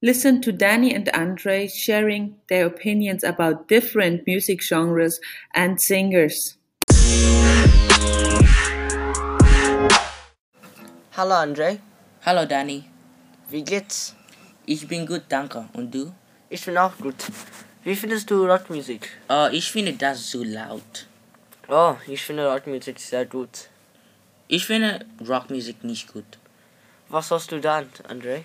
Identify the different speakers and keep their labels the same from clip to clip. Speaker 1: Listen to Danny and Andre sharing their opinions about different music genres and singers.
Speaker 2: Hallo André,
Speaker 3: Hallo Dani,
Speaker 2: wie geht's?
Speaker 3: ich bin gut, danke. Und du?
Speaker 2: Ich bin auch gut. Wie findest du Rockmusik?
Speaker 3: Oh, ich finde das so laut.
Speaker 2: Oh, ich finde Rockmusik sehr gut.
Speaker 3: Ich finde Rockmusik nicht gut.
Speaker 2: Was hast du dann, André?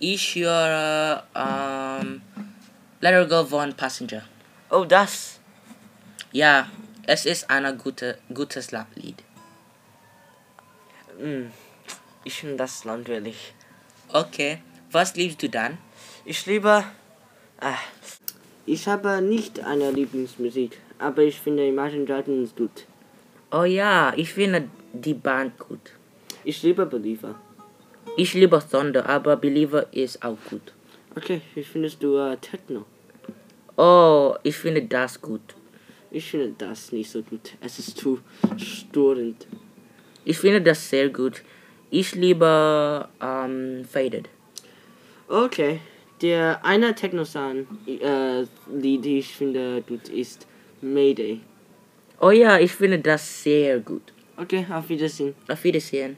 Speaker 3: Ich höre ähm, uh, Let Her Go von Passenger.
Speaker 2: Oh, das.
Speaker 3: Ja, es ist ein gute, gutes Lablied.
Speaker 2: Hm, Ich finde das langweilig.
Speaker 3: Okay, was liebst du dann?
Speaker 2: Ich liebe... Ah. Ich habe nicht eine Lieblingsmusik, aber ich finde Imagine Dragons gut.
Speaker 3: Oh ja, ich finde die Band gut.
Speaker 2: Ich liebe Believer.
Speaker 3: Ich liebe Thunder, aber Believer ist auch gut.
Speaker 2: Okay, wie findest du äh, Techno?
Speaker 3: Oh, ich finde das gut.
Speaker 2: Ich finde das nicht so gut. Es ist zu störend.
Speaker 3: Ich finde das sehr gut. Ich liebe ähm, Faded.
Speaker 2: Okay, der eine Techno-Song, äh, die, die ich finde gut, ist Mayday.
Speaker 3: Oh ja, ich finde das sehr gut.
Speaker 2: Okay, auf Wiedersehen.
Speaker 3: Auf Wiedersehen.